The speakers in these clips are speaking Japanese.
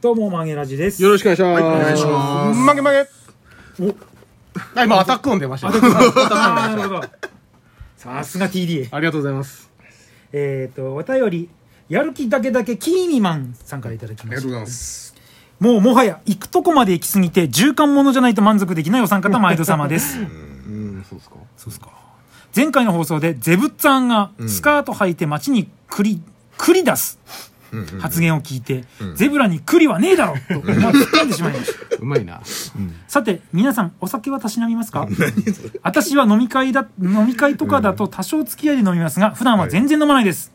どうも、マゲラジです。よろしくお願いします。お願いします。曲げ曲げ。あ、今アタック音出ましたね。あーなるほど。さすが TDA。ありがとうございます。えっ、と、お便り、やる気だけだけキーミマンさんからいただきあましうた。ございます。もうもはや行くとこまで行き過ぎて、循環ものじゃないと満足できないお三方、毎度様です。うん、そうですか。そうですか。前回の放送で、ゼブッツァンがスカート履いて街に繰り、繰り出す発言を聞いて、ゼブラに栗はねえだろと思わず突っ込んでしまいました。うまいな。さて、皆さん、お酒はたしなみます か私は飲み会だ、飲み会とかだと多少付き合いで飲みますが、普段は全然飲まないです。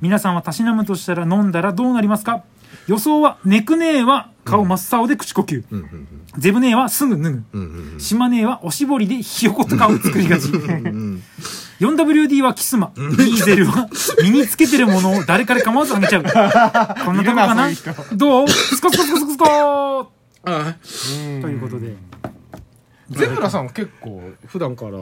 皆さんはたしなむとしたら飲んだらどうなりますか予想は、ネクネーは顔真っ青で口呼吸。ゼブネーはすぐ脱ぐ。島根はおしぼりでひよことかを作りがち。4WD はキスマ。ディーゼルは身につけてるものを誰から構わずあげちゃう。こんなとこ かなどうスコスコスコスコスコーあということで。ゼブラさん結構普段から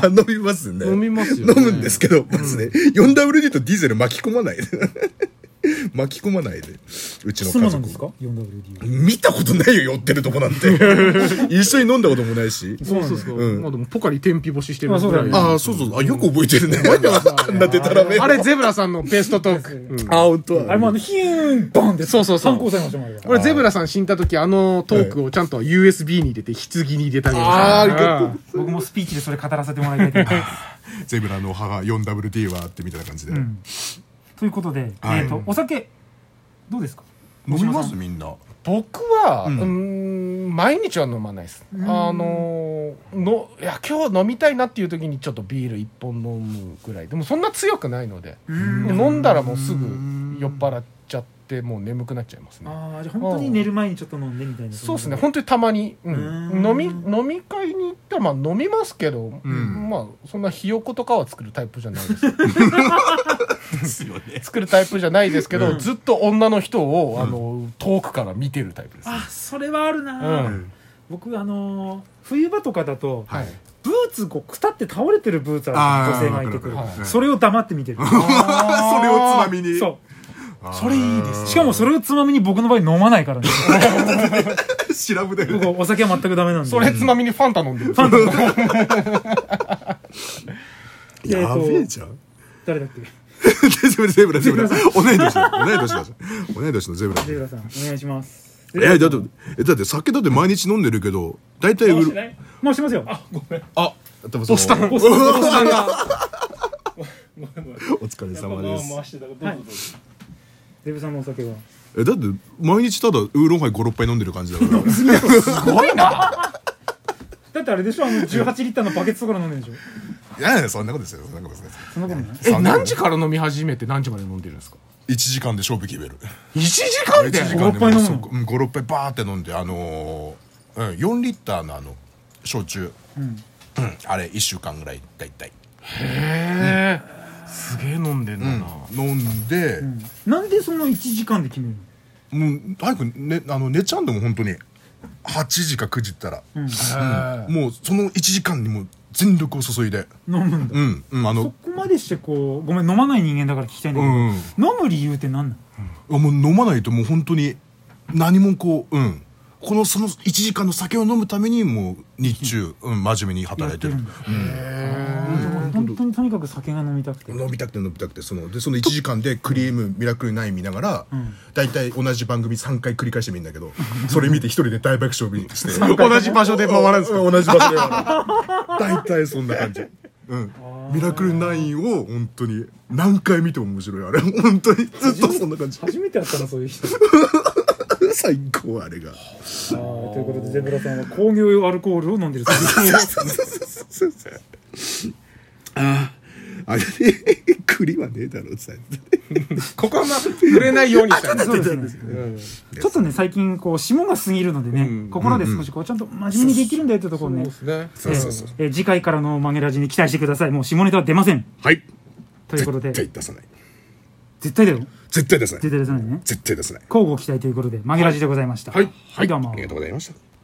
あ、飲みますね。飲みますよね飲むんですけど、まずね、4WD とディーゼル巻き込まないで。 巻き込まないで。うちキのス家マなんで族す。か ?4WD は。見たことないよ、酔ってるとこなんて。一緒に飲んだこともないし。そうそうそうう。んまあでもポカリ天日干ししてまるあそぐうだよらねい。ああ、そうそう。あ、よく覚えてるね。 あんなでたらめ。あれ、ゼブラさんのベストトーク。うんあ、本当あれもあの、ヒューンバンでそうそうそう参考されましたもん、あれは。俺ゼブラさん死んだ時あのトークをちゃんと USB に入れて棺に入れてあげました。ああ、結構。僕もスピーチでそれ語らせてもらいたいと思います。ゼブラの母 4WD はあってみたいな感じで。飲ということで、はいえっと、お酒、どうですかみますみんな。僕は、うーん、毎日は飲まないです。あのー、の、いや、今日飲みたいなっていう時にちょっとビール一本飲むぐらい。でもそんな強くないので、飲んだらもうすぐ酔っ払っちゃって、もう眠くなっちゃいますね。ああ、じゃあ本当に寝る前にちょっと飲んでみたいな。そうですね本当にたまに、うんうん飲み飲み会に行ったらまあ飲みますけど、んまあそんなひよことかは作るタイプじゃないですですよね。作るタイプじゃないですけど、ずっと女の人をあの、遠くから見てるタイプです、あ、それはあるうなーん僕、あのー、冬場とかだと、はい、ブーツこう、くたって倒れてるブーツあるあ女ー性がいてくるわかるわか。るそれを黙って見てる。 それをつまみに。そそれいいでう。しかもそれをつまみに僕の場合飲まないからね。す。調べだよ僕ね。お酒は全くダメなんで。それつまみにファンタ飲んでる、えーやとべえじゃん。誰だっけゼブラ、 ゼブラ、ゼブラ。同い年だ。同い年だ。同い年のゼブラ。ゼブラさん、お願いします。え、だって、え、だって酒だって毎日飲んでるけど、大体売る。もうしてますよ。あ、ごめん。あ、ボスタン。ボスボスさんが。 お疲れ様です。回してたからどうぞどうぞゼブさんのお酒は。え、だって、毎日ただウーロンハイ5、6杯飲んでる感じだ から。だってあれでしょあの18リッターのバケツとかで飲んでるでしょいやいや、そんなことですよ。そんなことですよ。そんなことないえ何時から飲み始めて何時まで飲んでるんですか1時間で勝負決める。 1時間1時で5間6で杯飲むのそううん、5、6杯バーって飲んで、あのー、うん、4リッターのあの、焼酎。うん。あれ、1週間ぐらい、大体。へえすげえ飲んでんだな、飲んで、なんでその1時間で決めるのもう、早く、ね、あの、寝ちゃうんでも、本当に。8時か9時ったら。へもうその1時間にもう全力を注いで飲むんだうんうんそあのこまでしてこうごめん飲まない人間だから聞きたいんだけどうん飲む理由って何なもう飲まないともう本当に何もこううんこのその1時間の酒を飲むためにもう日中、うん、真面目に働いてるやっての本当にとにかく酒が飲みたくて飲みたくて飲みたくてそのでその1時間でクリームミラクル9見ながら、大体同じ番組3回繰り返してみるんだけどそれ見て一人で大爆笑して同じ場所で回らんす同じ場所で大体そんな感じうんミラクル9を本当に何回見ても面白いあれ本当にずっとそんな感じ初めて会ったなそういう人あ最高あれがーということでゼブラさんは工業用アルコールを飲んでるそうですあれ栗はねえだろさここはまあ触れないようにしたんですそうですねちょっとね最近こう霜が過ぎるのでね心で少しこうちゃんと真面目にできるんだよってところをねねそうそうそうえー次回からのマゲラジに期待してくださいもう下ネタは出ませんはいということで絶対出さない絶対だよ絶対出さない絶対出さないね絶対出さない交互期待ということで、曲げラジでございました。はいどうも。ありがとうございました